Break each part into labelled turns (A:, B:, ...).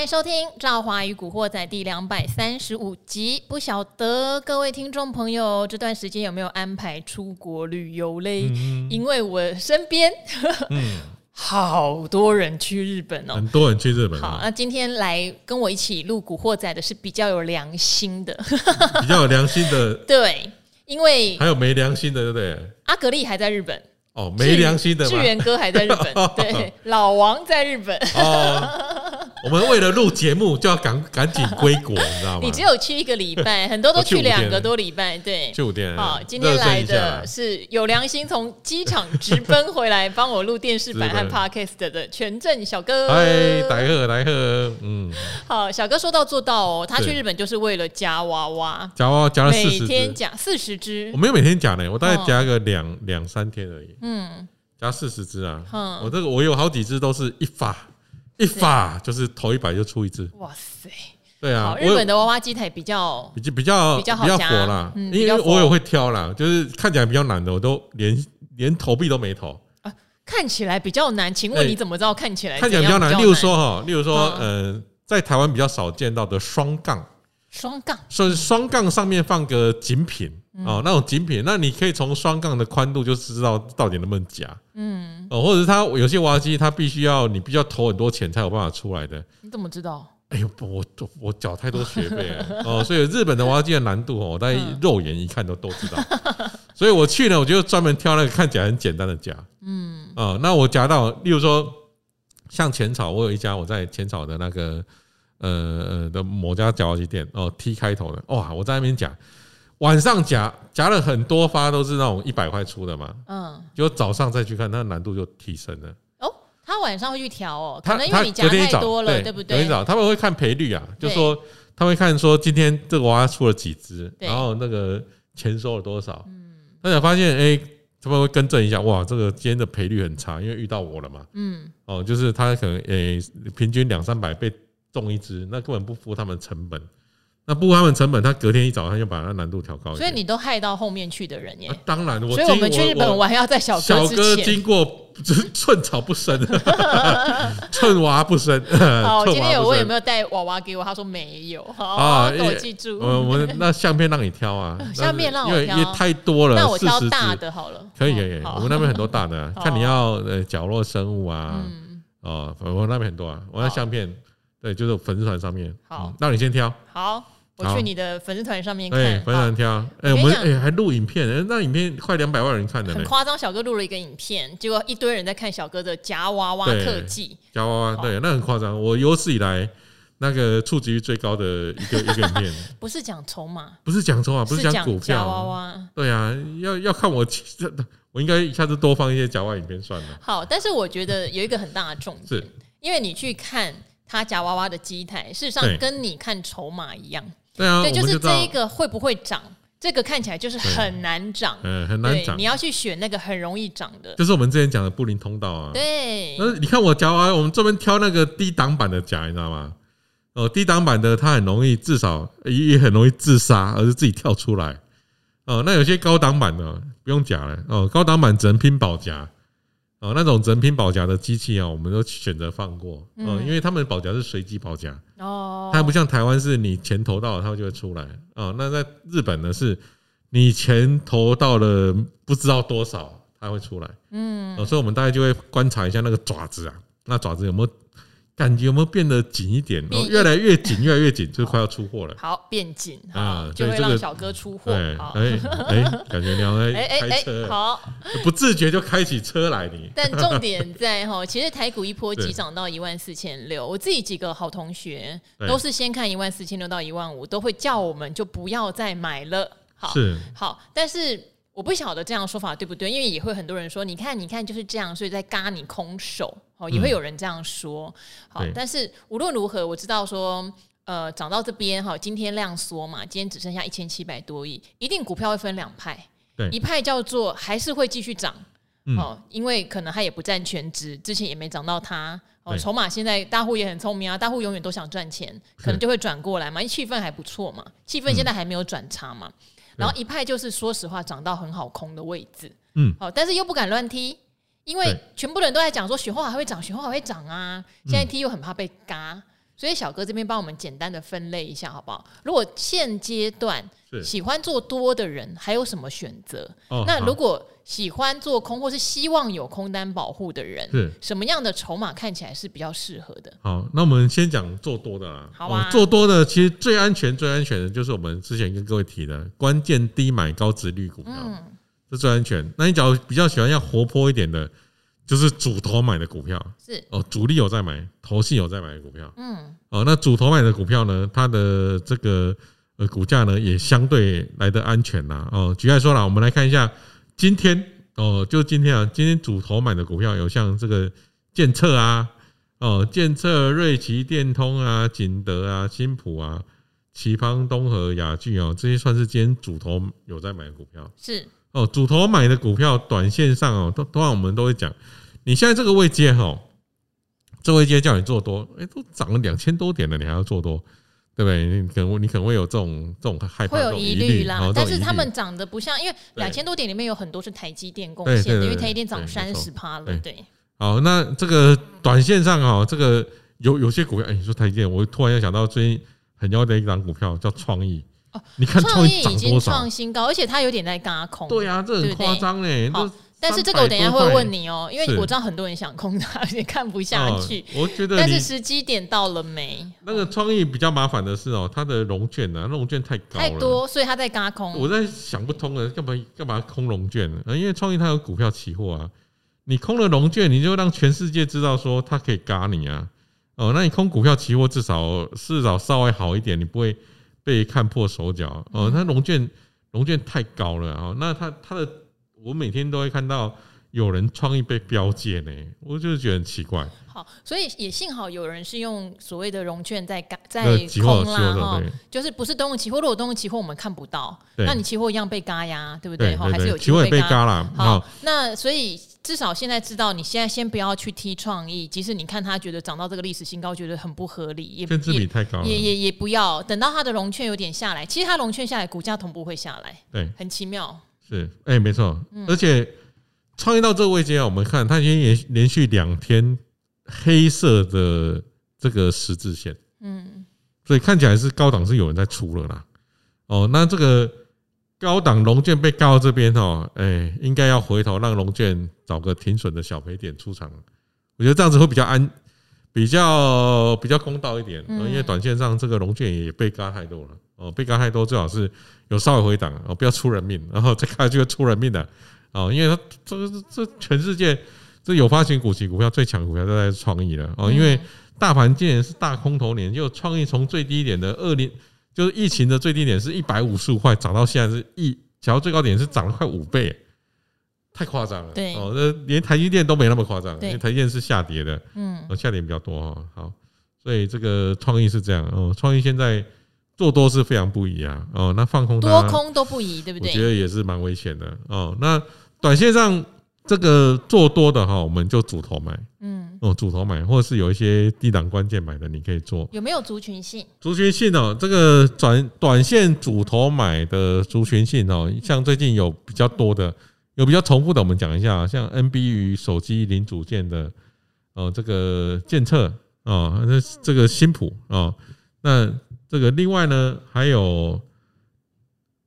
A: 迎收听《赵华与古惑仔》第两百三十五集。不晓得各位听众朋友这段时间有没有安排出国旅游嘞？
B: 嗯
A: 因为我身边 嗯好多人去日本哦、
B: 很多人去日本
A: 好，
B: 啊，
A: 那今天来跟我一起录《古惑仔》的是比较有良心的，
B: 比较有良心的，
A: 对，因为
B: 还有没良心的，对不对？
A: 阿格力还在日本，
B: 哦，没良心的
A: 志
B: 嘛。
A: 源哥还在日本， 对，老王在日本，
B: 哦，我们为了录节目就要赶赶紧归国，你知道吗
A: 你？只有去一个礼拜，很多都
B: 我去
A: 去
B: 五天
A: 两个多礼拜，对。
B: 就有点
A: 好，啊今天来
B: 呃热身一下啦
A: 的是有良心从机场直奔回来帮我录电视版和
B: 直奔
A: podcast 的全正小哥。
B: 嗨，来贺哎来贺，嗯，
A: 好，小哥说到做到哦，他去
B: 对
A: 日本就是为了夹娃娃，
B: 夹娃娃夹了四
A: 每
B: 十
A: 天
B: 只，
A: 夹四十只
B: 我，没有每天夹呢，我大
A: 哦
B: 概夹个两两三天而已，
A: 嗯，
B: 夹四十只啊
A: 嗯。
B: 我这个我有好几只都是一发一发，就是头一百就出一只，
A: 哇塞！
B: 对啊
A: 好，，
B: 我
A: 日
B: 有
A: 本的娃娃机台比较
B: 比较比较
A: 比较好夹
B: 火啦，
A: 嗯比
B: 因
A: 较
B: 为
A: 佛
B: 我也会挑啦，就是看起来比较难的，我都连连投币都没投，
A: 看起来比较难，请问
B: 对
A: 你怎么知道看起来
B: 哎看起来比
A: 怎
B: 较
A: 样
B: 难。
A: 比
B: 例如说哈，例如说
A: 嗯
B: 呃，在台湾比较少见到的双杠，
A: 双杠，
B: 所以双杠上面放个锦品
A: 嗯
B: 哦，那种锦品，那你可以从双杠的宽度就知道到底能不能夹
A: 嗯，
B: 哦，或者是它有些娃娃机它必须要你必须要投很多钱才有办法出来的。
A: 你怎么知道？
B: 哎呦，不我我缴太多学费了哦，所以日本的娃娃机的难度哦，我大概
A: 嗯
B: 肉眼一看都都知道。所以我去呢，我就专门挑那个看起来很简单的夹。嗯，啊、那我夹到，例如说像浅草，我有一家我在浅草的那个呃呃的某家夹娃娃机店哦，T 开头的，哇，我在那边夹，晚上夹夹了很多发都是那种一百块出的嘛，
A: 嗯，
B: 结果早上再去看，那难度就提升了。
A: 哦，他晚上会去调哦，可
B: 他
A: 能因
B: 他
A: 为你夹
B: 隔天一
A: 太
B: 早
A: 多了，
B: 对
A: 对不
B: 隔天
A: 对
B: 一？早他们会看赔率啊，就
A: 对
B: 说他会看说今天这个娃娃出了几只，
A: 对嗯
B: 然后那个钱收了多少。他才发现，哎、他们会更正一下，哇，这个今天的赔率很差，因为遇到我了嘛。
A: 嗯，
B: 哦，就是他可能诶、平均两三百被中一只，那根本不付他们成本。那不付他们成本，他隔天一早他就把那难度调高一
A: 所以
B: 点。
A: 你都害到后面去的人耶
B: 啊。、当然，我
A: 所以我
B: 经
A: 们去日本
B: 我
A: 玩要在小
B: 小
A: 之
B: 哥
A: 前。
B: 经过 寸草不生， 寸娃不生。
A: 好，
B: 寸
A: 哦今天
B: 娃
A: 有
B: 不
A: 问有
B: 生
A: 没有带娃娃给我，他说没有。好，哦
B: 啊
A: 给我
B: 也
A: 记 住。，
B: 我我那相片让你挑啊
A: 哦相片让我
B: 因为
A: 挑
B: 因为太多了，
A: 那我挑
B: 40
A: 大
B: 只，
A: 的好了。
B: 可以
A: 哦
B: 可以，可以
A: 好
B: 我们那边很多大的 啊，
A: 好
B: 看你要呃角落生物啊，
A: 嗯，
B: 哦，我们那边很多啊，我那
A: 好
B: 相片对，就是粉丝团上面，
A: 好
B: 嗯，那你先挑，
A: 好，我
B: 好
A: 去你的粉丝团上面
B: 哎，
A: 看。
B: 粉丝
A: 好
B: 团挑，哎，
A: 我跟
B: 我
A: 你
B: 们
A: 讲
B: 哎还录影片，哎那影片快两百万人看的
A: 很
B: 呢，
A: 夸张，小哥录了一个影片，结果一堆人在看小哥的夹娃娃
B: 对
A: 特技。
B: 夹娃娃，对，那很夸张，我有史以来那个触及率最高的一个一个影片，
A: 不是讲筹码，
B: 不是讲错啊，不
A: 是
B: 讲股
A: 夹娃
B: 票，
A: 娃。
B: 对啊，要要看我， 我应该一下子多放一些夹娃影片算了。
A: 好，但是我觉得有一个很大的重点
B: 是，
A: 因为你去看他夹娃娃的机台，事实上
B: 对
A: 跟你看筹码一样，
B: 对啊，
A: 对，
B: 我
A: 就
B: 们
A: 是
B: 知道
A: 这一个会不会涨，这个看起来就是很难涨，
B: 嗯，很难
A: 对，
B: 涨
A: 你。要去选那个很容易涨的，
B: 就是我们之前讲的布林通道啊。
A: 对，
B: 那你看我夹娃娃，我们专门挑那个低档版的夹，你知道吗？哦，低档版的它很容易，至少也也很容易自杀，而是自己跳出来。哦，那有些高档版的不用夹了，哦，高档版只能拼保夹。哦，那种只能拼保夹的机器啊，我们都选择放过。哦，
A: 嗯
B: 因为他们的保夹是随机保夹，
A: 哦，
B: 它不像台湾是你钱投到了它就会出来哦。那在日本呢，是你钱投到了不知道多少它会出来。
A: 嗯，
B: 哦，所以我们大概就会观察一下那个爪子啊，那爪子有没有感觉有没有变得紧一点？
A: 变
B: 哦
A: 硬，
B: 越来越紧，越来越紧，就是快要出货 了。
A: 好变紧
B: 啊
A: 啊，就
B: 对
A: 会
B: 这
A: 让
B: 个
A: 小哥出货，
B: 对，
A: 好，
B: 哎哎，感觉你好
A: 哎
B: 像在
A: 哎
B: 开
A: 哎，
B: 车，啊
A: 好，
B: 不自觉就开起车来你。
A: 但重 点在哈，其实台股一波
B: 对
A: 急涨到一万四千六，我自己几个好同学
B: 对
A: 都是先看一万四千六到一万五，都会叫我们就不要再买了。好，
B: 是，
A: 好，但是我不晓得这样说法对不对，因为也会很多人说，你看，你看就是这样，所以在嘎你空手，哦，也会有人这样说。好
B: 对，
A: 但是无论如何，我知道说。呃，涨到这边哈，今天量缩嘛，今天只剩下一千七百多亿，一定股票会分两派，
B: 对
A: 一派叫做还是会继续涨，
B: 嗯
A: 哦，因为可能他也不占全值，之前也没涨到他。哦，
B: 对
A: 筹码现在大户也很聪明啊，大户永远都想赚钱，可能就会转过来嘛，因为气氛还不错嘛，气氛
B: 嗯
A: 现在还没有转差嘛。然后一派就是说实话涨到很好空的位置，
B: 嗯，
A: 哦，但是又不敢乱踢，因为
B: 对嗯
A: 全部人都在讲说雪花还会涨，雪花还会涨啊，现在踢又很怕被嘎，所以小哥这边帮我们简单的分类一下好不好？如果现阶段
B: 是
A: 喜欢做多的人还有什么选择？
B: 哦
A: 那
B: 好
A: 如果喜欢做空或是希望有空单保护的人
B: 是，
A: 什么样的筹码看起来是比较适合的？
B: 好，那我们先讲做多的啦。
A: 好啊
B: 哦做多的其实最安全、最安全的就是我们之前跟各位提的关键低买高值率股票，
A: 嗯，
B: 这最安全。那你假如比较喜欢要活泼一点的，就是主头买的股票
A: 是，
B: 哦，主力有在买，投信有在买的股票
A: 嗯，
B: 哦。那主头买的股票呢，它的这个呃股价呢也相对来的安全啦。哦，举例来说啦，我们来看一下今天哦，就今天啊，今天主头买的股票有像这个建策啊，哦，建策、瑞奇电通啊、景德啊、新普啊、奇邦、东和、雅聚哦，这些算是今天主头有在买的股票。
A: 是，
B: 哦，主头买的股票，短线上哦，都通常我们都会讲，你现在这个位阶哈、哦，这位阶叫你做多，哎，都涨了两千多点了，你还要做多，对不对？你可能你可能会有这种这种害怕，
A: 会
B: 这
A: 有
B: 种
A: 疑
B: 疑
A: 虑
B: 哦
A: 啦
B: 这。种
A: 但
B: 疑
A: 是
B: 虑
A: 他们涨得不像，因为
B: 对
A: 两千多点里面有很多是台积电贡
B: 对对
A: 献的，
B: 对
A: 因为
B: 对
A: 台积电涨
B: 对
A: 三
B: 没
A: 十
B: 错
A: 趴了，对，
B: 好，那这个短线上哈、哦，这个有有些股票，哎，你说台积电，我突然又想到最近很妖的一档股票叫创意，
A: 哦
B: 你看
A: 创
B: 意
A: 意
B: 涨
A: 已经
B: 多少
A: 创？新高，而且它有点在嘎空，
B: 对啊，这
A: 对
B: 很
A: 不对
B: 夸张嘞、
A: 好
B: 这
A: 但是这个我等一下
B: 300
A: 会
B: 多
A: 问
B: 块
A: 你哦，因为
B: 是
A: 我知道很多人想空它， 而且看不下去。
B: 哦我觉得
A: 但
B: 你
A: 是时机点到了没？
B: 那个创意比较麻烦的是哦，它的融券啊，融券太高了，
A: 太多，所以它在嘎空。
B: 我在想不通了，干嘛干嘛空融券呢？呃因为创意它有股票期货啊，你空了融券，你就让全世界知道说它可以嘎你啊。哦，那你空股票期货至少至少稍微好一点，你不会被看破手脚。哦，它融券融券太高了啊、哦，那它它的我每天都会看到有人创意被标界呢，我就觉得很奇怪。
A: 好，所以也幸好有人是用所谓的融券在嘎在
B: 那期货
A: 空
B: 期
A: 啦
B: 货
A: 哈
B: 对，
A: 就是不是东用期货，如果东用期货我们看不到，
B: 对
A: 那你期货一样被嘎呀，对不
B: 对
A: 哈，还是
B: 对
A: 有
B: 对，
A: 机
B: 期货
A: 会
B: 也被
A: 嘎。
B: 嘎了。
A: 好，
B: 哦
A: 那所以至少现在知道，你现在先不要去踢创意，即使你看它觉得涨到这个历史新高，觉得很不合理，也
B: 圈子比
A: 也
B: 太高了。
A: 也也也不要等到它的融券有点下来，其实它融券下来，股价同步会下来，
B: 对，
A: 很奇妙。
B: 是，哎、没错，而且创业到这个位阶啊，我们看它已经连连续两天黑色的这个十字线，
A: 嗯，
B: 所以看起来是高档是有人在出了啦。哦，那这个高档龙券被告到这边哦，哎、应该要回头让龙券找个停损的小赔点出场，我觉得这样子会比较安。比较比较公道一点，呃因为
A: 嗯
B: 短线上这个龙券也被割太多了哦，被割太多最好是有稍微回档哦，不要出人命，然后再看就会出人命的哦，因为它这个这这全世界这有发行股息股票最强的股票都在创意了哦，
A: 嗯
B: 因为大盘今年是大空头年，就创意从最低点的二零，就是疫情的最低点是一百五十五块，涨到现在是一，瞧最高点是涨了快五倍，太夸张了。
A: 对
B: 哦，那连台积电都没那么夸张，因
A: 对
B: 为台积电是下跌的，
A: 嗯，
B: 哦，下跌比较多哦。好，所以这个创意是这样哦，创意现在做多是非常不一样哦，那放空它
A: 多空都不宜，对不
B: 我
A: 对？
B: 觉得也是蛮危险的哦。那短线上这个做多的哈、我们就主头买
A: 嗯，
B: 哦，主头买，或者是有一些低档关键买的，你可以做。
A: 有没有族群性？
B: 族群性哦，这个短短线主头买的族群性哦，像最近有比较多的，有比较重复的，我们讲一下啊，像 NB 与手机零组件的，哦，这个建测哦，那这个新普哦，那这个另外呢还有，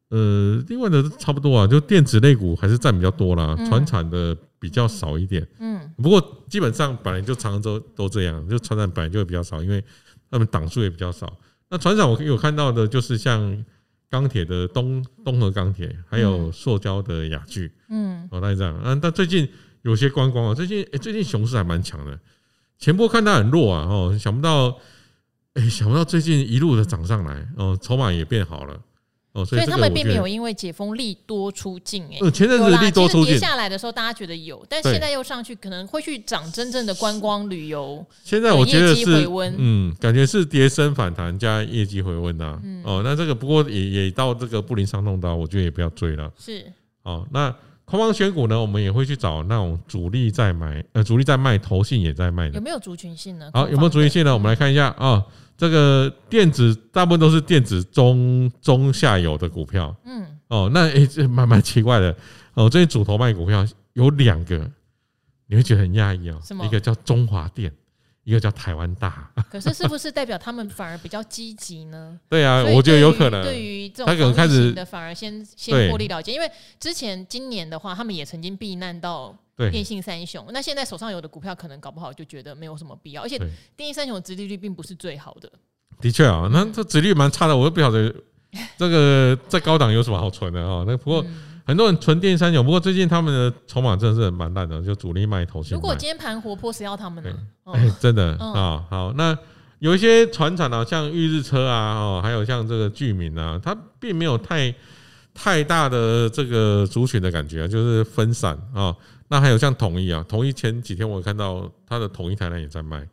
B: 呃，另外的都差不多啊，就电子类股还是占比较多啦，
A: 嗯
B: 传产的比较少一点。
A: 嗯，
B: 不过基本上本来就常常都都这样，就船长本来就会比较少，因为他们档数也比较少。那船长我有看到的就是像钢铁的东东和钢铁，还有塑胶的雅聚，
A: 嗯，
B: 哦，大概这样。啊，但最近有些观光啊，最近、诶最近熊市还蛮强的，前波看它很弱啊，哦，想不到，哎、想不到最近一路的涨上来，哦，筹码也变好了，哦，所
A: 所
B: 以
A: 以
B: 这
A: 他
B: 个我
A: 们并没
B: 觉
A: 有
B: 得，
A: 因为解封利多出尽，哎，
B: 嗯，前阵
A: 有
B: 子
A: 啦，
B: 利多
A: 其
B: 出
A: 实跌
B: 尽，
A: 下来的时候大家觉得有，但
B: 对
A: 现在又上去，可能会去涨真正的观光旅游。
B: 现在我觉得
A: 有业绩回
B: 是
A: 温，
B: 嗯，感觉是跌升反弹加业绩回温呐、哦，那这个不过也也到这个不灵上动刀，我觉得也不要追了。
A: 是，
B: 哦，那空方选股呢，我们也会去找那种主力在买，呃，主力在卖，投信也在卖
A: 有
B: 的。
A: 没有族群性呢？
B: 啊好，有没有主力
A: 性？
B: 线呢？我们来看一下啊、这个电子大部分都是电子中中下游的股票
A: 嗯，
B: 哦，那诶、这蛮蛮奇怪的哦。最近主头卖股票有两个，你会觉得很讶异哦
A: 什么，
B: 一个叫中华电，一个叫台湾大。
A: 可是是不是代表他们反而比较积极 呢？
B: 对啊，
A: 所以
B: 我觉得
A: 对
B: 有
A: 于
B: 可能。
A: 对于这种
B: 他可能
A: 防疫
B: 开始
A: 型的，反而先先
B: 对
A: 获利了结，因为之前今年的话，他们也曾经避难到电
B: 对
A: 信三雄，那现在手上有的股票可能搞不好就觉得没有什么必要，而且
B: 对
A: 电信三雄的殖利率并不是最好的，
B: 的确啊，那这殖率蛮差的，我都不晓得 这个在高档有什么好存的啊、哦。那不过
A: 嗯
B: 很多人存电三九，不过最近他们的筹码真的是蛮烂的，就主力卖投信卖。
A: 如果今天盘活泼，谁要他们呢？哦
B: 哎，真的啊、
A: 嗯
B: 好，那有一些船厂啊，像玉日车啊，哦，还有像这个居民啊，它并没有太太大的这个族群的感觉啊，就是分散啊、哦那还有像统一啊，统一前几天我看到它的统一台南也在卖，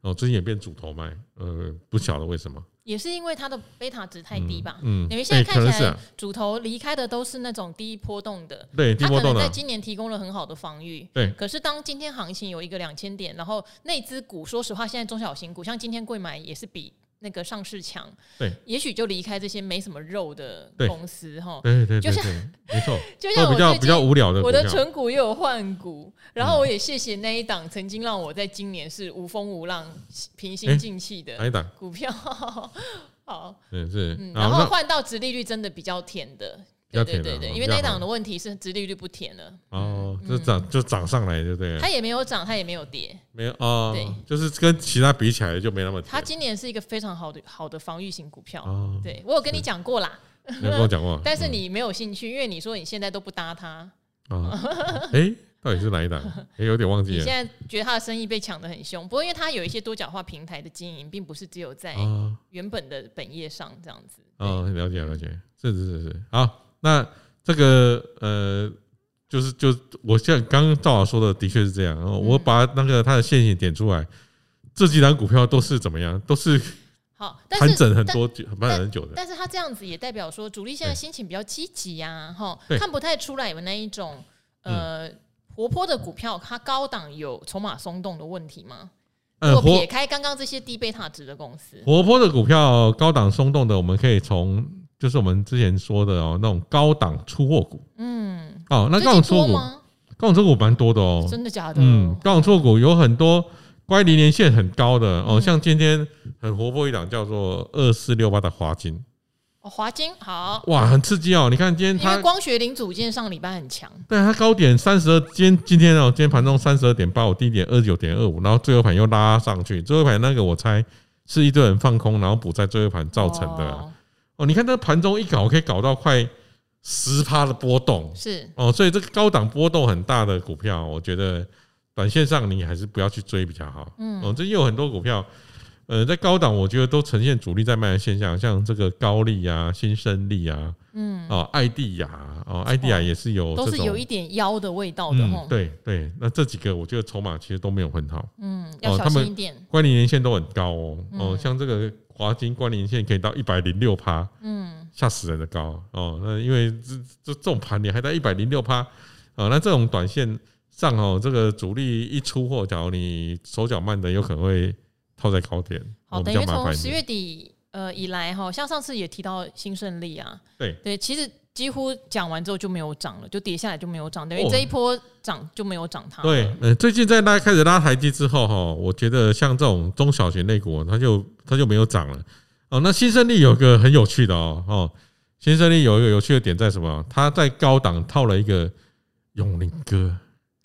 B: 哦，最近也变主头卖，呃，不晓得为什么
A: 也是因为它的贝塔值太低吧？
B: 嗯，
A: 因哦为现
B: 哎
A: 在
B: 可
A: 看
B: 能
A: 起
B: 是、
A: 来
B: 啊、
A: 主头离开的都是那种低波动的，
B: 对低
A: 它
B: 波
A: 可
B: 动
A: 能
B: 的
A: 在，今年提供了很好的防御。
B: 对
A: 可是当今天行情有一个两千点，然后内资股，说实话，现在中小型股像今天贵买也是比那个上市强，
B: 对，
A: 也许就离开这些没什么肉的
B: 对
A: 公司哈。
B: 对对对
A: 就像
B: 对，没 错，
A: 就像
B: 都
A: 我
B: 比较
A: 最
B: 比较
A: 近
B: 无聊的股
A: 我
B: 票
A: 的，存股又有换股，然后我也谢谢那一档曾经让我在今年是无风无浪、平
B: 哎
A: 心静气的
B: 挨打，
A: 股票。 好，
B: 嗯是，
A: 嗯，
B: 好
A: 然后
B: 那
A: 换到殖利率真的比较甜的。
B: 比较
A: 对对
B: 甜的
A: 对对，
B: 哦
A: 因为
B: 比较
A: 那一档
B: 好
A: 的问题是殖利率不甜了，
B: 哦，就涨就涨上来，对不对了？
A: 它也没有涨，它也没有跌，
B: 没有哦
A: 对，
B: 就是跟其他比起来就没那么
A: 它
B: 甜。
A: 今年是一个非常好的好的防御型股票。
B: 哦，嗯
A: 对我有跟你讲过啦，，
B: 你有跟我讲 过
A: 但是你没有兴趣，因为你说你现在都不搭它，
B: 嗯啊，哎，到底是哪 一档？哎，有点忘
A: 你
B: 记
A: 现
B: 了
A: 在觉得它的生意被抢得很凶。不过因为它有一些多角化平台的经营，并不是只有在
B: 啊
A: 原本的本业上这样子。对
B: 啊，了解了解，是是是是。好，那这个呃，就是就我现在刚刚赵老师说的，的确是这样。然
A: 嗯
B: 后我把那个它的线型点出来，这几档股票都是怎么样？都是
A: 好，但
B: 盘
A: 是
B: 整很多久，盘整很久的。
A: 但是他这样子也代表说主力现在
B: 对
A: 心情比较积极呀，哈
B: 对，嗯
A: 看不太出来有那一种呃活泼的股票，它高档有筹码松动的问题吗？
B: 嗯，
A: 如果
B: 活
A: 撇开刚刚这些低贝塔值的公司，
B: 活泼的股票，高档松动的，我们可以从就是我们之前说的哦，那种高档出货股
A: 嗯，
B: 哦，那
A: 最
B: 高
A: 近
B: 档出货
A: 多
B: 股，
A: 吗？
B: 高档出货股蛮多的哦，
A: 真的假的？
B: 嗯，高档出货股有很多乖离年限很高的哦，
A: 嗯
B: 像今天很活泼一档叫做二四六八的华金，
A: 哦，华金好，
B: 哇，很刺激哦，你看今天
A: 因
B: 它
A: 为光学零组件上礼拜很强，
B: 对它高点三十二，今天今天哦，今天盘中三十二点八五，低点二九点二五，然后最后盘又拉上去，最后盘那个我猜是一堆人放空，然后补在最后盘造成的啦。
A: 哦
B: 哦，你看这盘中一搞可以搞到快十趴的波动
A: 是
B: 哦，所以这个高档波动很大的股票，我觉得短线上你还是不要去追比较好。
A: 嗯
B: 哦，这又有很多股票，呃，在高档我觉得都呈现主力在卖的现象，像这个高利啊、新生利啊、
A: 嗯，
B: 哦、艾地亚哦，艾地亚也是有
A: 都
B: 这
A: 是有
B: 种。
A: 一点妖的味道的
B: 嗯
A: 哈，，
B: 对对，那这几个我觉得筹码其实都没有很好，
A: 嗯，要
B: 哦
A: 小
B: 他们
A: 心一点，
B: 关联年限都很高哦，哦，
A: 嗯
B: 像这个华金关联线可以到一百零六趴，
A: 嗯，
B: 吓死人的高哦。那因为这这这种盘你还在一百零六趴哦，那这种短线上哦，这个主力一出货，假如你手脚慢的，有可能会套在高点，
A: 好，
B: 哦，
A: 等
B: 比较
A: 于
B: 麻
A: 从
B: 烦一
A: 十
B: 点。
A: 月底呃以来哈，像上次也提到新胜利啊，
B: 对
A: 对，其实几乎讲完之后就没有涨了，就跌下来就没有涨，等于
B: 哦
A: 这一波涨就没有涨它。
B: 对，，嗯，最近在拉开始拉台积之后哈、哦，我觉得像这种中小型类股，它就它就没有涨了哦。那新胜利有个很有趣的哦哦，新胜利有一个有趣的点在什么？它在高档套了一个永宁哥，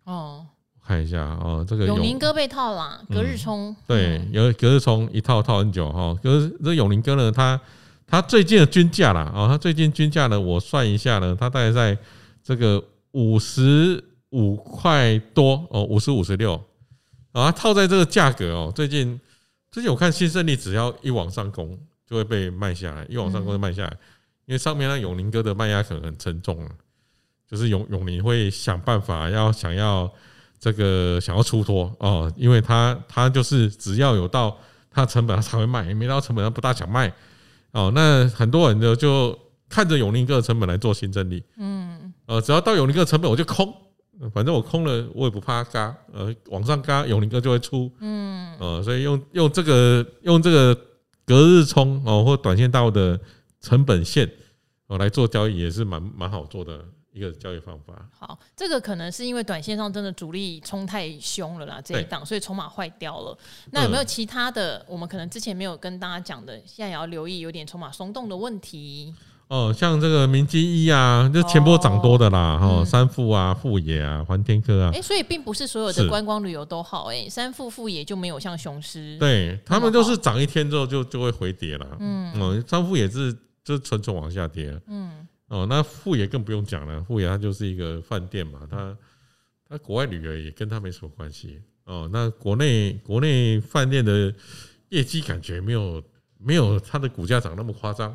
A: 哦，
B: 我看一下哦，这个
A: 永宁哥被套啦，隔日冲。
B: 嗯对
A: 嗯，
B: 有隔日冲一套套很久哈。可是这永林哥呢，他他最近的均价啦，啊，他最近均价呢，我算一下呢，他大概在这个五十五块多哦，五十五十六啊，套在这个价格哦，最近最近我看新胜利只要一往上攻就会被卖下来，一往上攻就卖下来，因为上面那永林哥的卖压可能很沉重啊，就是永永林会想办法要想要。这个想要出脱哦，因为他他就是只要有到他的成本，他才会卖，没到成本他不大想卖哦。那很多人呢就看着永宁哥的成本来做新增力，
A: 嗯，
B: 呃，只要到永宁哥的成本我就空，呃反正我空了我也不怕嘎，呃，往上嘎永宁哥就会出，嗯，呃，所以用用这个用这个隔日冲哦或短线到的成本线哦来做交易也是蛮蛮好做的一个交易方法。
A: 好，这个可能是因为短线上真的主力冲太凶了啦，这一
B: 对嗯
A: 档，所以筹码坏掉了。那有没有其他的？我们可能之前没有跟大家讲的，现在也要留意有点筹码松动的问题。
B: 哦，像这个明基一啊，就前波涨多的啦，
A: 哦
B: 哦，
A: 嗯
B: 三富啊、富野啊、环天科啊，
A: 哎、所以并不是所有的
B: 是
A: 观光旅游都好、哎，三富富也就没有像雄狮，
B: 对他
A: 那么
B: 们就是涨一天之后就就会回跌了。嗯，哦，三富也是就纯纯往下跌。嗯，哦，那富野更不用讲了，富野它就是一个饭店嘛，它它国外旅游也跟它没什么关系。哦，那国内国内饭店的业绩感觉没有没有它的股价涨那么夸张。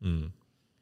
B: 嗯，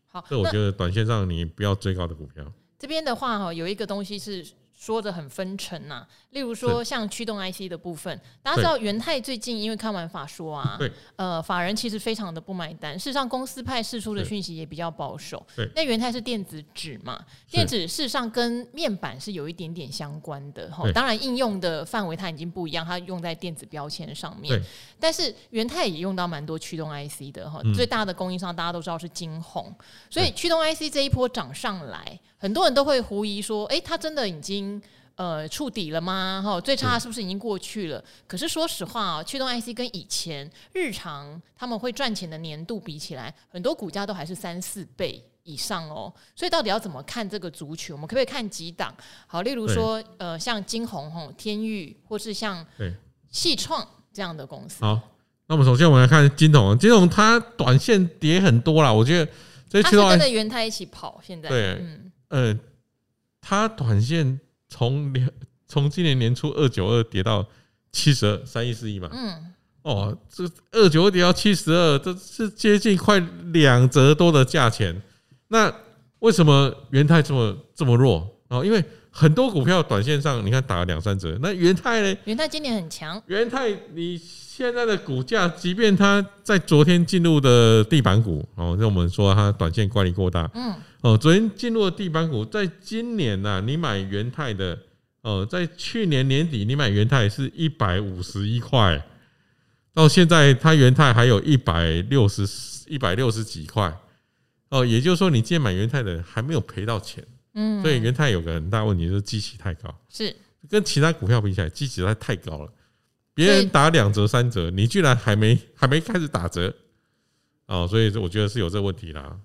A: 好，
B: 这我
A: 那
B: 觉得短线上你不要追高的股票。
A: 这边的话哈，有一个东西是说的很分层呐、例如说像驱动 IC 的部分，大家知道元泰最近因为看完法说啊
B: 对，
A: 呃，法人其实非常的不买单，事实上公司派释出的
B: 是
A: 讯息也比较保守
B: 对。
A: 那元泰是电子纸嘛，
B: 是
A: 电子事实上跟面板是有一点点相关的哈，
B: 对
A: 当然应用的范围它已经不一样，它用在电子标签上面
B: 对。
A: 但是元泰也用到蛮多驱动 IC 的哈，
B: 嗯
A: 最大的供应商大家都知道是金鸿，所以驱动 IC 这一波涨上来，很多人都会狐疑说，诶，它真的已经。呃，触底了吗？哈，最差是不是已经过去了？可是说实话啊，驱动 IC 跟以前日常他们会赚钱的年度比起来，很多股价都还是三四倍以上哦。所以到底要怎么看这个族群？我们可不可以看几档？好，例如说，呃，像金鸿、吼天域，或是像
B: 对
A: 细创这样的公司。
B: 好，那我们首先我们来看金融，金融它短线跌很多啦，我觉得这
A: 他
B: 驱
A: 是
B: 动
A: 跟着元泰一起跑，现在
B: 对
A: 嗯，
B: 呃，它短线从两从今年年初二九二跌到七十二三亿四亿嘛，
A: 嗯，
B: 哦，这二九二跌到七十二，这是接近快两折多的价钱。那为什么元泰这么这么弱？哦，因为很多股票短线上你看打了两三折，那元泰呢？
A: 元泰今年很强，
B: 元泰，你现在的股价，即便它在昨天进入的地板股，哦，那我们说它短线乖离过大，
A: 嗯，
B: 哦，昨天进入的地板股，在今年呐、你买元泰的，哦，在去年年底你买元泰是一百五十一块，到现在它元泰还有一百六十一百六十几块，哦，也就是说你今天买元泰的还没有赔到钱，
A: 嗯，
B: 所以元泰有个很大问题就是基期太高。
A: 是
B: 跟其他股票比起来，基期它太高了，别
A: 所以
B: 人打两折三折，你居然还没还没开始打折，哦，所以这我觉得是有这问题啦。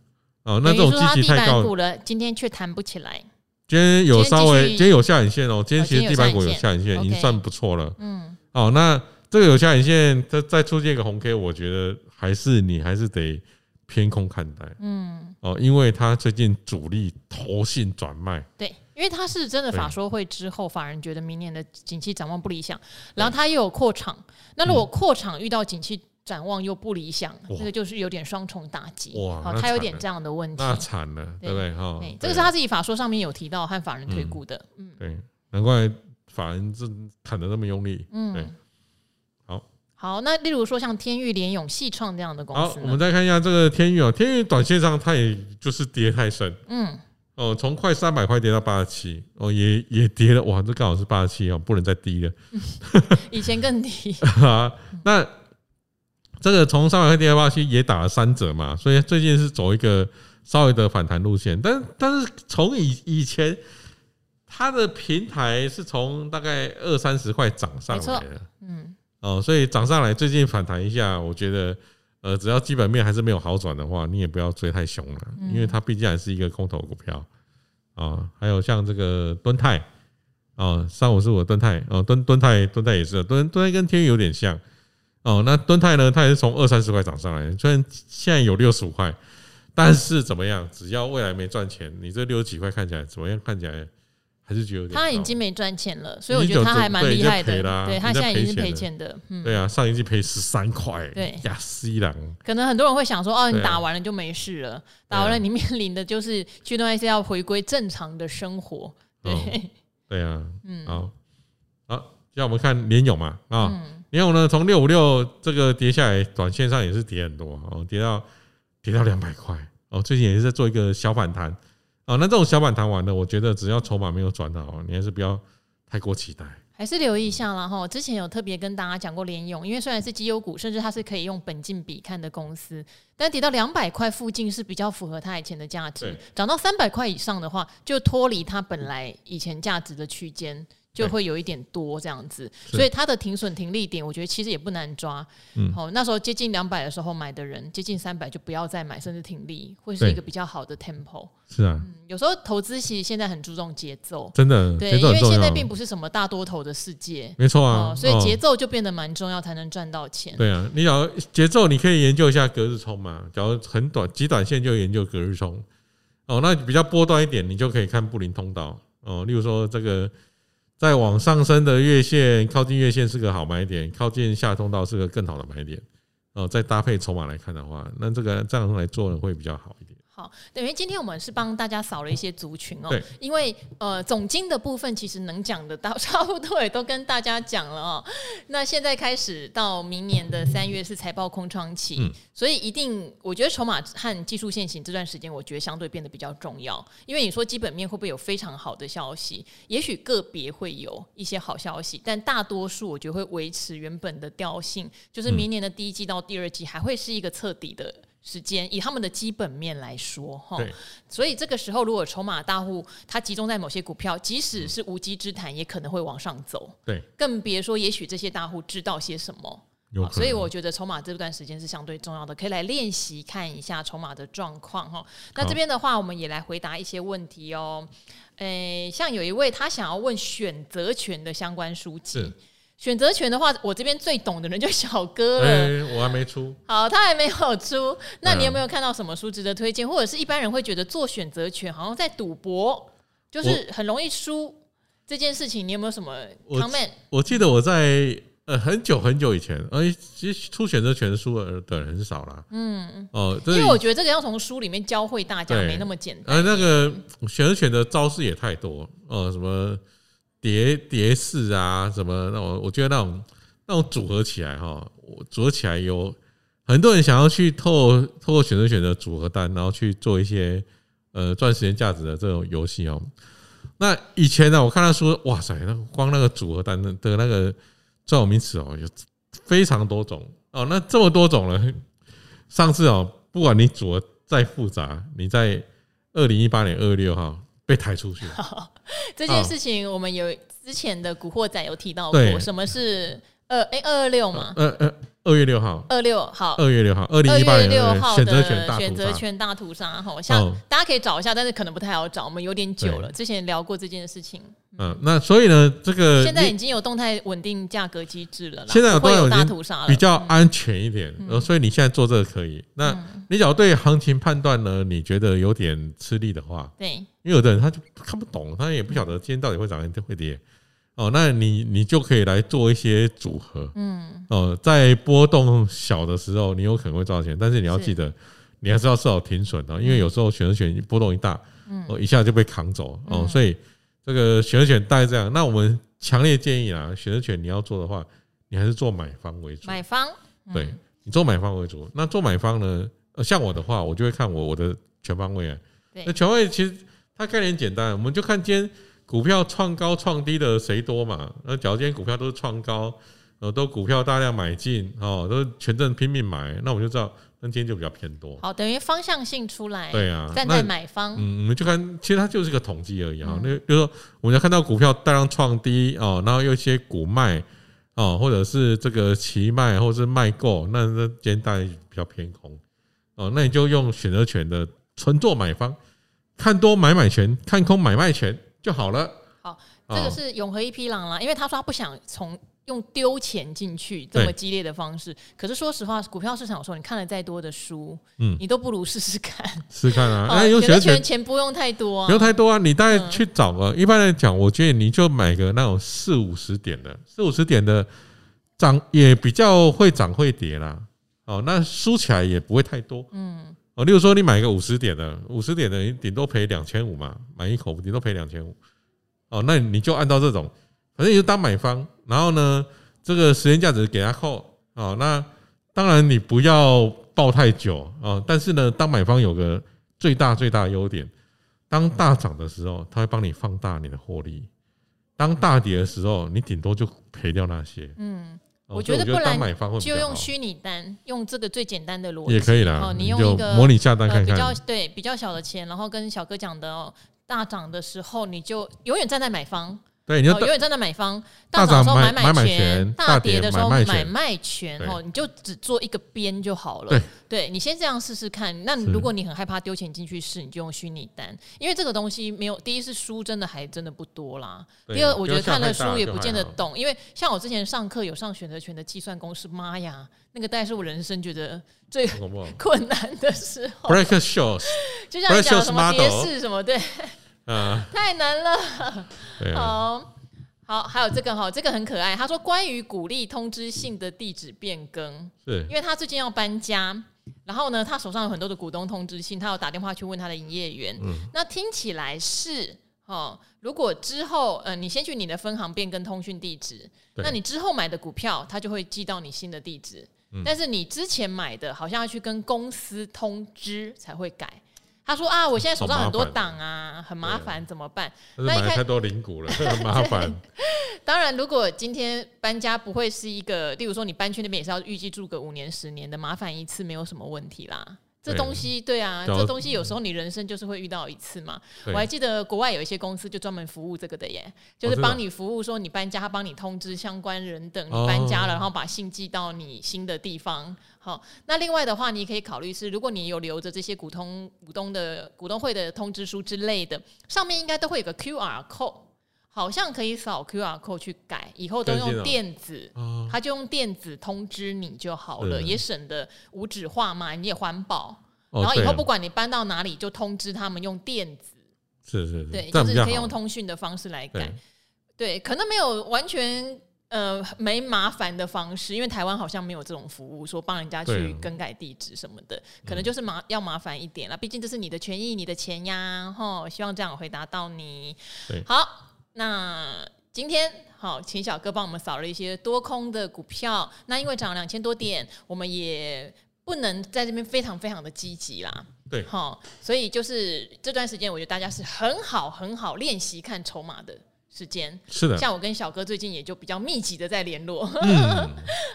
B: 哦，
A: 等
B: 那
A: 于
B: 这种
A: 说
B: 基
A: 它
B: 期
A: 地
B: 太
A: 板
B: 高，
A: 股了，今天却弹不起来，
B: 今天有稍
A: 今天继续
B: 微今天有下影线哦，今天其
A: 哦今天
B: 实
A: 有
B: 地板股有
A: 下
B: 下影线，
A: OK
B: 已经算不错了。
A: 嗯，
B: 哦，那这个有下影线，再再出现一个红 K，我觉得还是你还是得偏空看待。嗯，哦，因为它最近主力投信转卖，
A: 对，因为它是真的
B: 对
A: 法说会之后，法人觉得明年的景气展望不理想，然后它又有扩厂，那如果扩厂遇到景气展望又不理想，
B: 嗯哇
A: 这个就是有点双重打击，
B: 哇
A: 好，
B: 那
A: 它有
B: 惨
A: 点
B: 了
A: 这样的问题，
B: 那惨了，
A: 对
B: 对不对？哈
A: 对，，这个是他自己法说上面有提到和法人推估的，嗯
B: 对，难怪法人这砍的那么用力。对
A: 嗯，
B: 好，
A: 好，那例如说像天域、联咏、细创这样的公
B: 好
A: 司，
B: 我们
A: 呢，
B: 再看一下这个天宇哦，天宇短线上它也就是跌太深
A: 嗯，
B: 哦，从快三百块跌到八十七哦，也也跌了，哇，这刚好是八十七哦，不能再低了。
A: 以前更低，
B: 啊 那这个从三百块跌到八十七也打了三折嘛，所以最近是走一个稍微的反弹路线，但但是从以以前。它的平台是从大概二三十块涨上
A: 没错
B: 来的，
A: 嗯，
B: 哦，所以涨上来，最近反弹一下，我觉得，呃，只要基本面还是没有好转的话，你也不要追太凶了，
A: 嗯
B: 因为它毕竟还是一个空头股票啊、还有像这个敦泰啊，三五四五的敦泰哦，敦敦泰敦泰也是的，敦敦泰跟天宇有点像哦。那敦泰呢，它也是从二三十块涨上来，虽然现在有六十五块，但是怎么样，只要未来没赚钱，你这六十几块看起来怎么样？看起来还是觉得有点
A: 他已
B: 高
A: 经没赚钱了，所以我
B: 已
A: 觉
B: 经
A: 得
B: 有
A: 他还蛮厉害的
B: 对已经赔，啦
A: 对他
B: 已
A: 现
B: 经
A: 在已经是
B: 赔
A: 赔
B: 钱
A: 钱的，嗯，
B: 对啊，上一季赔十三块，
A: 对
B: 呀，西郎。
A: 可能很多人会想说，哦，你
B: 对啊啊
A: 打完了就没事了，打完了你面临的就是驱动 IC 要回归正常的生活， 对，
B: 对啊，
A: 嗯
B: 好，好，接下来我们看联勇嘛，啊，
A: 嗯，
B: 联勇呢从六五六这个跌下来，短线上也是跌很多，哦，跌到跌到两百块，哦，最近也是在做一个小反弹，啊哦，那这种小反弹完了，我觉得只要筹码没有转好，你还是不要太过期待，
A: 还还是留意一下啦哈。之前有特别跟大家讲过联咏，因为虽然是绩优股，甚至它是可以用本金比看的公司，但跌到两百块附近是比较符合它以前的价值
B: 对。
A: 涨到三百块以上的话，就脱离它本来以前价值的区间。就会有一点多这样子，
B: 是
A: 所以它的停损停利点，我觉得其实也不难抓。
B: 嗯
A: 好、那时候接近两百的时候买的人，接近三百就不要再买，甚至停利，会是
B: 对
A: 一个比较好的 tempo。
B: 是啊，
A: 嗯有时候投资其实现在很注重节奏，
B: 真的
A: 对，
B: 节
A: 因
B: 奏
A: 为
B: 很重
A: 现在
B: 要，
A: 并不是什么大多头的世界，
B: 没错
A: 哦
B: 啊，，
A: 所以节
B: 哦
A: 奏就变得蛮重要，才能赚到钱。
B: 对啊，你要节奏，你可以研究一下隔日冲嘛。假如很短极短线就研究隔日冲，哦，那比较波段一点，你就可以看布林通道哦。例如说这个在往上升的月线，靠近月线是个好买点，靠近下通道是个更好的买点。哦，再搭配筹码来看的话，那这个这样来做呢会比较好一点。
A: 好，等于今天我们是帮大家扫了一些族群哦
B: 对，
A: 因为呃总经的部分其实能讲的 到差不多也都跟大家讲了哦。那现在开始到明年的三月是财报空窗期，
B: 嗯
A: 所以一定我觉得筹码和技术线型这段时间，我觉得相对变得比较重要。因为你说基本面会不会有非常好的消息？也许个别会有一些好消息，但大多数我觉得会维持原本的调性，
B: 嗯
A: 就是明年的第一季到第二季还会是一个彻底的。时间以他们的基本面来说，哈，
B: 对，
A: 所以这个时候，如果筹码大户它集中在某些股票，即使是无稽之谈，也可能会往上走。
B: 对，
A: 更别说，也许这些大户知道些什么。
B: 有
A: 好
B: 可能。
A: 哦所以我觉得筹码这段时间是相对重要的，可以来练习看一下筹码的状况哈。那这边的话，我们也来回答一些问题哦。诶、像有一位他想要问选择权的相关书籍
B: 是。
A: 选择权的话，我这边最懂的人就是小哥了。
B: 哎，我还没出。
A: 好，他还没有出。那你
B: 对啊
A: 有没有看到什么书值得推荐，或者是一般人会觉得做选择权好像在赌博，就是很容易输这件事情？你有没有什么
B: 我
A: comment？
B: 我记得我在呃很久很久以前，而其实出选择权的书的人很少啦。嗯，哦，
A: 因
B: 对。
A: 为我觉得这个要从书里面教会大家，
B: 对
A: 没那么简单。
B: 呃，那个选择权的招式也太多，呃，什么叠叠式啊，什么那种，我觉得那种那种组合起来哈，我组合起来有很多人想要去透透过选择权的组合单，然后去做一些呃赚时间价值的这种游戏哦。那以前呢、我看他说，哇塞，那光那个组合单的的那个专有名词哦，有非常多种哦。那这么多种了，上次哦，不管你组合再复杂，你在二零一八年二月六号被抬出去，嗯
A: 这件事情我们有之前的《古惑仔》有提到
B: 对
A: 过，什么是二哎二二六嘛？
B: 呃呃，二月六号，
A: 二六好。
B: 二月六号，二零
A: 二
B: 一八
A: 月
B: 年
A: 六
B: 2
A: 号
B: 选择
A: 的
B: 权大
A: 选
B: 屠
A: 择
B: 杀，
A: 权大屠杀，哈，像
B: 嗯
A: 大家可以找一下，但是可能不太好找，我们有点久
B: 对
A: 了，之前聊过这件事情。
B: 嗯，那所以呢，这个
A: 现在
B: 你
A: 已经有动态稳定价格机制了啦，
B: 现在有
A: 不会有
B: 动态
A: 大
B: 稳定
A: 屠杀了，嗯
B: 比较安全一点，呃，所以你现在做这个可以。那你只要对行情判断呢，你觉得有点吃力的话，
A: 对，
B: 因为有的人他就看不懂，他也不晓得今天到底会涨还是会跌。哦，那你你就可以来做一些组合，嗯，哦，在波动小的时候，你有可能会赚到钱，但是你要
A: 是
B: 记得，你还是要设好停损哦，因为有时候选择权波动一大，哦，一下就被扛走哦，所以这个选择权大概这样。那我们强烈建议啊，选择权你要做的话，你还是做买方为主，
A: 买方
B: 对你做买方为主。那做买方呢，呃，像我的话，我就会看我我的全方位啊。
A: 对
B: 那全方位其实它概念简单，我们就看今天股票创高创低的谁多嘛。那假如今天股票都是创高，呃，都股票大量买进哦，都是全证拼命买，那我们就知道那今天就比较偏多。
A: 好，等于方向性出来，
B: 对啊，
A: 站在
B: 那
A: 买方，
B: 嗯，我们就看，其实它就是个统计而已
A: 嗯
B: 啊。那、就是说，我们要看到股票大量创低哦，然后有一些股卖哦，或者是这个期卖，或者是卖购，那那今天大概比较偏空哦。那你就用选择权的纯做买方，看多买买权，看空买卖权就好了。
A: 好，
B: 哦
A: 这个是永和一匹狼啦，因为他说他不想从。用丢钱进去这么
B: 对
A: 激烈的方式，可是说实话，股票市场有时候你看了再多的书，
B: 嗯
A: 你都不如试试看。
B: 试试看啊，那
A: 哦
B: 用
A: 选择
B: 选择
A: 权
B: 权
A: 钱不用太多
B: 不
A: 啊
B: 用，太多啊，你大概
A: 嗯
B: 去找个，一般来讲，我觉得你就买个那种四五十点的，四五十点的涨也比较会涨会跌啦。哦，那输起来也不会太多。嗯，哦，例如说你买个五十点的，五十点的你顶多赔两千五嘛，买一口顶多赔两千五。哦，那你就按照这种，反正你就当买方，然后呢，这个时间价值给他扣。哦，那当然你不要抱太久哦，但是呢，当买方有个最大最大的优点。当大涨的时候，它会帮你放大你的获利。当大跌的时候，你顶多就赔掉那些。
A: 嗯，
B: 哦
A: 我
B: 所以
A: 觉得
B: 我
A: 不
B: 当
A: 然
B: 买方会比
A: 就
B: 较
A: 用
B: 好
A: 虚拟单，用这个最简单的逻辑
B: 也可以啦，
A: 哦你用
B: 就
A: 一个
B: 模拟下单
A: 呃
B: 看
A: 比较
B: 看。
A: 对比较小的钱，然后跟小哥讲的哦，大涨的时候你就永远站在买方，
B: 对，你啊
A: 哦
B: 就
A: 永远站在买方，
B: 大
A: 涨的时候
B: 涨买
A: 买
B: 买买
A: 权
B: 权，
A: 大
B: 大
A: 跌
B: 跌
A: 的时
B: 买
A: 候买
B: 卖权
A: 卖权
B: 对
A: 哦，你就只做一个边就好了。
B: 对，
A: 你先这样试试看。那
B: 是
A: 如果你很害怕丢钱进去试，你就用虚拟单，因为这个东西没有，第一是书真的还真的不多啦。
B: 对
A: 第二，我觉得
B: 不
A: 看
B: 要下
A: 了
B: 太大
A: 书也
B: 就
A: 不见
B: 还
A: 得
B: 好
A: 懂，因为像我之前上课有上选择权的计算公式，妈呀，那个大概是我人生觉得最
B: 好不好
A: 困难的时候。
B: ？Break shows，
A: 就像你讲的
B: Precious
A: 什么蝶
B: model
A: 式什么，对，
B: 啊，
A: 太难了。
B: 对啊，
A: 好好，还有这个哈，这个很可爱。他说关于鼓励通知信的地址变更，
B: 是
A: 因为他最近要搬家，然后呢，他手上有很多的股东通知信，他有打电话去问他的营业员。
B: 嗯
A: 那听起来是哦，如果之后呃，你先去你的分行变更通讯地址，
B: 对
A: 那你之后买的股票，它就会寄到你新的地址。
B: 嗯
A: 但是你之前买的，好像要去跟公司通知才会改。他说啊，我现在手上很多
B: 好麻烦
A: 档啊，很麻
B: 对
A: 烦，怎么办？
B: 但
A: 那
B: 是
A: 一
B: 买了
A: 开
B: 太多零股了，很麻 烦。
A: 当然，如果今天搬家不会是一个，例如说你搬去那边也是要预计住个五年十年的，麻烦一次没有什么问题啦。这
B: 对
A: 东西对啊，
B: 对啊
A: 这东西有时候你人生就是会遇到一次嘛。
B: 对
A: 我还记得国外有一些公司就专门服务这个的耶，就
B: 哦
A: 是
B: 真的
A: 帮你服务，说你搬家，他帮你通知相关人等
B: 哦
A: 你搬家了，然后把信寄到你新的地方。好，那另外的话，你也可以考虑是，如果你有留着这些股东、股东的股东会的通知书之类的，上面应该都会有个 QR code，好像可以扫 QR code 去改，以后都
B: 更新
A: 用
B: 哦
A: 电子。
B: 啊，
A: 他就用电子通知你就好了，
B: 嗯
A: 也省得无纸化嘛，你也环保。
B: 哦
A: 然后以
B: 对
A: 后
B: 啊
A: 不管你搬到哪里，就通知他们用电子，
B: 是是是，
A: 对，
B: 这
A: 就
B: 样
A: 是
B: 比
A: 你
B: 较
A: 可以用
B: 好。
A: 通讯的方式来改对，
B: 对。，
A: 可能没有完全呃没麻烦的方式，因为台湾好像没有这种服务，说帮人家
B: 对
A: 去
B: 啊嗯
A: 更改地址什么的，可能就是麻要麻烦一点啦。毕竟这是你的权益，你的钱呀，吼，希望这样有回答到你
B: 对。
A: 好，那今天。好，请小哥帮我们扫了一些多空的股票。那因为涨了两千多点，我们也不能在这边非常非常的积极啦。
B: 对
A: 好，所以就是这段时间，我觉得大家是很好很好练习看筹码的时间。
B: 是的，
A: 像我跟小哥最近也就比较密集的在联络，
B: 嗯，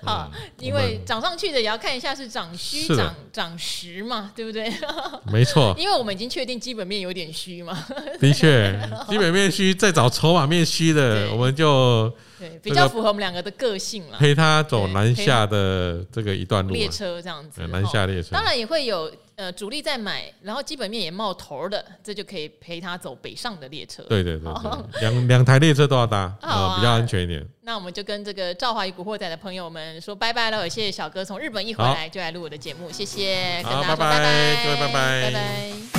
A: 好，因为涨上去的也要看一下是涨虚、
B: 是的
A: 涨涨实嘛，对不对？
B: 没错，
A: 因为我们已经确定基本面有点虚嘛，
B: 的确，基本面虚，再找筹码面虚的，
A: 对
B: 我们就
A: 对，
B: 这
A: 比
B: 个
A: 较符合我们两个的个性啦，
B: 陪他走
A: 对
B: 南
A: 陪
B: 下的这个一段路
A: 列
B: 啊，
A: 车这样子
B: 呃，南下
A: 哦
B: 列车
A: 当。然也会有呃主力在买，然后基本面也冒头的，这就可以陪他走北上的列车。
B: 对对对
A: 好
B: 对，两两台列车都要搭
A: 好啊
B: 啊，比较安全一点。
A: 那我们就跟这个《赵华与古惑仔》的朋友们说拜拜了，也谢谢小哥从日本一回
B: 好
A: 来就来录我的节目，谢谢，跟
B: 好
A: 大家说
B: 拜拜
A: 拜，
B: 各位拜拜
A: 拜拜。